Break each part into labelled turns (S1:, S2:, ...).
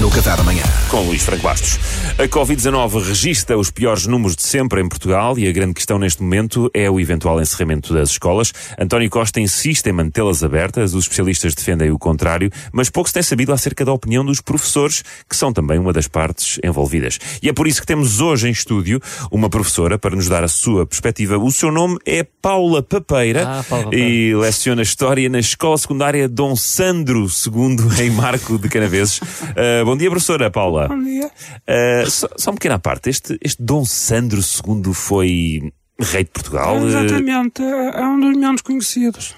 S1: no Café da Manhã.
S2: com Luís Franco Bastos. A Covid-19 registra os piores números de sempre em Portugal e a grande questão neste momento é o eventual encerramento das escolas. António Costa insiste em mantê-las abertas, os especialistas defendem o contrário, mas pouco se tem sabido acerca da opinião dos professores, que são também uma das partes envolvidas. E é por isso que temos hoje em estúdio uma professora para nos dar a sua perspectiva. O seu nome é Paula Papeira
S3: Ah, Paula Papeira.
S2: e leciona História na Escola Secundária Dom Sandro II em Marco de Canaveses. Ah, bom dia, professora Paula. Bom dia. só, só uma pequena parte. Este, este Dom Sandro II foi rei de Portugal?
S3: Eh,
S2: Ah,
S4: Exatamente, é é um dos menos conhecidos.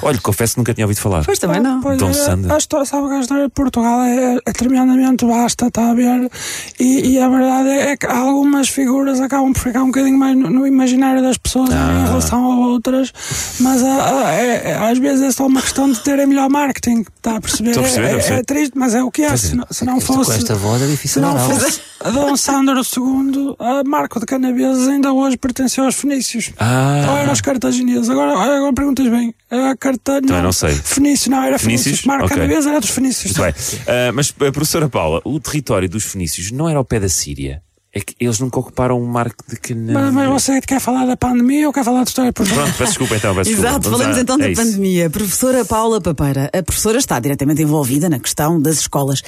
S2: olha, confesso que nunca tinha ouvido falar.
S3: Pois também não.
S4: Pois
S2: Dom
S4: é,
S2: Sandro.
S4: A história, sabe que a história de Portugal é, é tremendamente vasta, está a ver? E, e a verdade é que algumas figuras acabam por ficar um bocadinho mais no, no imaginário das pessoas
S2: Ah.
S4: em relação a outras, mas a- a- é- é- às vezes é só uma questão de terem melhor marketing, está a perceber?
S2: Estou a perceber,
S4: É-
S2: estou a
S4: é,
S2: perceber.
S4: é triste, mas é o que é. Se não, se
S2: Então,
S4: não
S3: Com
S4: fosse.
S3: esta voz é
S4: Se
S3: difícil
S4: não
S3: não.
S4: fosse Dom Sandro II, a Marco de Canaveses ainda hoje pertenceu aos fenícios. Ou
S2: Ah,
S4: eram os cartagineses? Agora, agora perguntas bem. Era cartagena.
S2: Também não sei.
S4: Fenício, não, era
S2: Fenícios?
S4: Fenícios. Marca
S2: Ok.
S4: okay. vez era dos Fenícios.
S2: muito bem. Ah, mas, ah, professora Paula, o território dos fenícios não era ao pé da Síria? É que eles nunca ocuparam o Marco de
S4: Mas,
S2: Canaveses.
S4: mas você quer falar da pandemia ou quer falar de história por
S2: Pronto, peço desculpa então. Peço desculpa.
S5: Exato,
S2: Vamos
S5: falamos
S2: lá.
S5: então da
S2: É isso.
S5: pandemia. Professora Paula Papeira, a professora está diretamente envolvida na questão das escolas.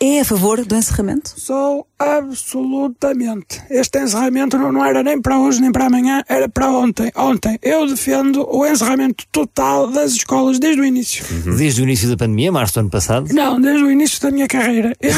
S5: É a favor do encerramento?
S4: Sou absolutamente. Este encerramento não, não era nem para hoje nem para amanhã, era para ontem. Ontem eu defendo o encerramento total das escolas desde o início.
S2: Hum?
S3: Desde o início da pandemia, março do ano passado,
S4: Não, desde o início da minha carreira. Eu,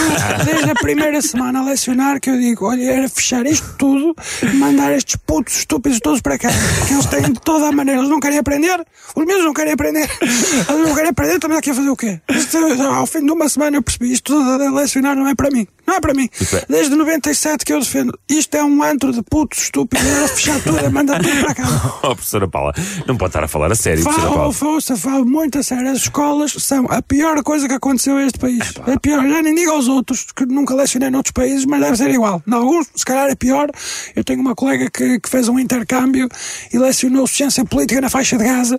S4: desde a primeira semana a lecionar, que eu digo, olha, era fechar isto tudo, mandar estes putos estúpidos todos para cá. Que eles têm de toda a maneira. Eles não querem aprender, os meus não querem aprender. Eles não querem aprender, estamos aqui a fazer o quê? Isto, ao fim de uma semana eu percebi, isto tudo a lecionar não é para mim. Não é para mim. Desde 97 que eu defendo. Isto é um antro de putos estúpidos. Era fechar tudo, é mandar tudo para cá.
S2: Oh, professora Paula, não pode estar a falar a sério, professora
S4: Falo,
S2: Paula.
S4: Afonso, falo muito a sério. As escolas são a pior coisa que aconteceu a este país. É pior. Já nem digo aos outros, que nunca lecionei noutros países, mas deve ser igual. Em alguns, se calhar, é pior. Eu tenho uma colega que, que fez um intercâmbio e lecionou ciência política na faixa de Gaza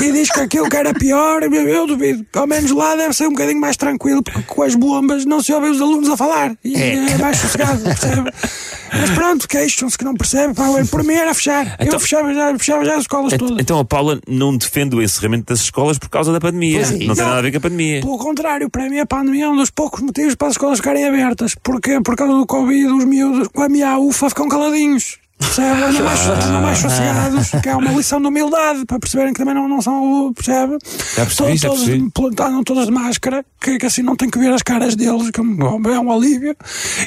S4: e diz que aquilo que era pior, eu- eu duvido. Ao menos lá deve ser um bocadinho mais tranquilo, porque com as bombas não se ouvem os alunos a falar e é, mais sossegado, percebe? Mas pronto, queixam-se que não percebem. Pá, Por mim era fechar.
S2: Então-
S4: eu fechava já, fechava já as escolas
S2: Ent-
S4: todas.
S2: Então a Paula não defende o encerramento das escolas por causa da pandemia.
S3: Pois é.
S2: Não tem nada a ver com a pandemia.
S4: Pelo contrário, para mim a pandemia é um dos poucos motivos para as escolas ficarem abertas. Porque por causa do Covid, os miúdos com a minha ufa ficam caladinhos. Percebe? Andam mais,
S2: Ah.
S4: andam mais sossegados, que é uma lição de humildade, para perceberem que também não, não são. Percebe?
S2: Já percebi, já
S4: todos,
S2: percebi.
S4: Andam todas de máscara, que, que assim não tem que ver as caras deles, que é um, é um alívio.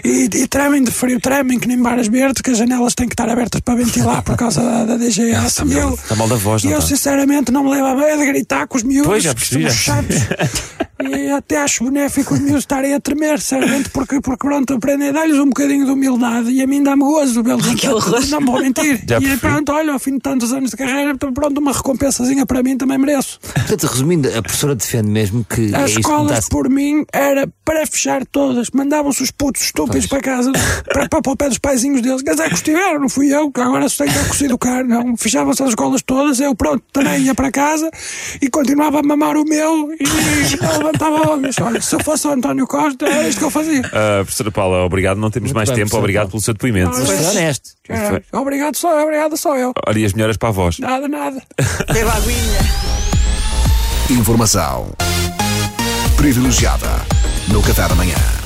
S4: E, e tremem de frio, tremem que nem varas verdes, que as janelas têm que estar abertas para ventilar por causa da, da DGS.
S2: está
S4: E
S2: mal-
S4: eu-
S2: está mal da voz,
S4: e
S2: não
S4: eu,
S2: está?
S4: sinceramente, não me leva a bem de gritar com os miúdos
S2: Pois, já
S4: que
S2: percebi,
S4: são chatos. E até acho benéfico os miúdos estarem a tremer, sinceramente, porque, porque pronto, aprendem a dar-lhes um bocadinho de humildade e a mim dá-me gozo. Eles, que horror. Não vou mentir.
S2: Já percebi.
S4: e pronto, olha, ao fim de tantos anos de carreira, então, pronto, uma recompensazinha para mim também mereço.
S3: portanto, resumindo, a professora defende mesmo que é
S4: As
S3: isto que não
S4: escolas,
S3: está
S4: por mim, era para fechar todas. Mandavam-se os putos estúpidos para casa, para, para, para o pé dos paizinhos deles. Mas é que os tiveram, não fui eu, que agora se tenho que se educar, não. Fechavam-se as escolas todas, eu pronto, também ia para casa e continuava a mamar o meu e, não levantava homens. Olha, se eu fosse o António Costa, era isto que eu fazia.
S2: Ah, professora Paula, obrigado. Não temos
S3: Muito
S2: mais
S3: bem,
S2: tempo.
S3: professora
S2: Obrigado
S3: Paula.
S2: pelo seu depoimento.
S4: Ah,
S3: Foi honesto.
S4: Era, obrigado só eu, obrigado só eu.
S2: Olha, e as melhoras para a voz.
S4: Nada, nada.
S5: Beba aguinha.
S1: Informação privilegiada no Café da Manhã.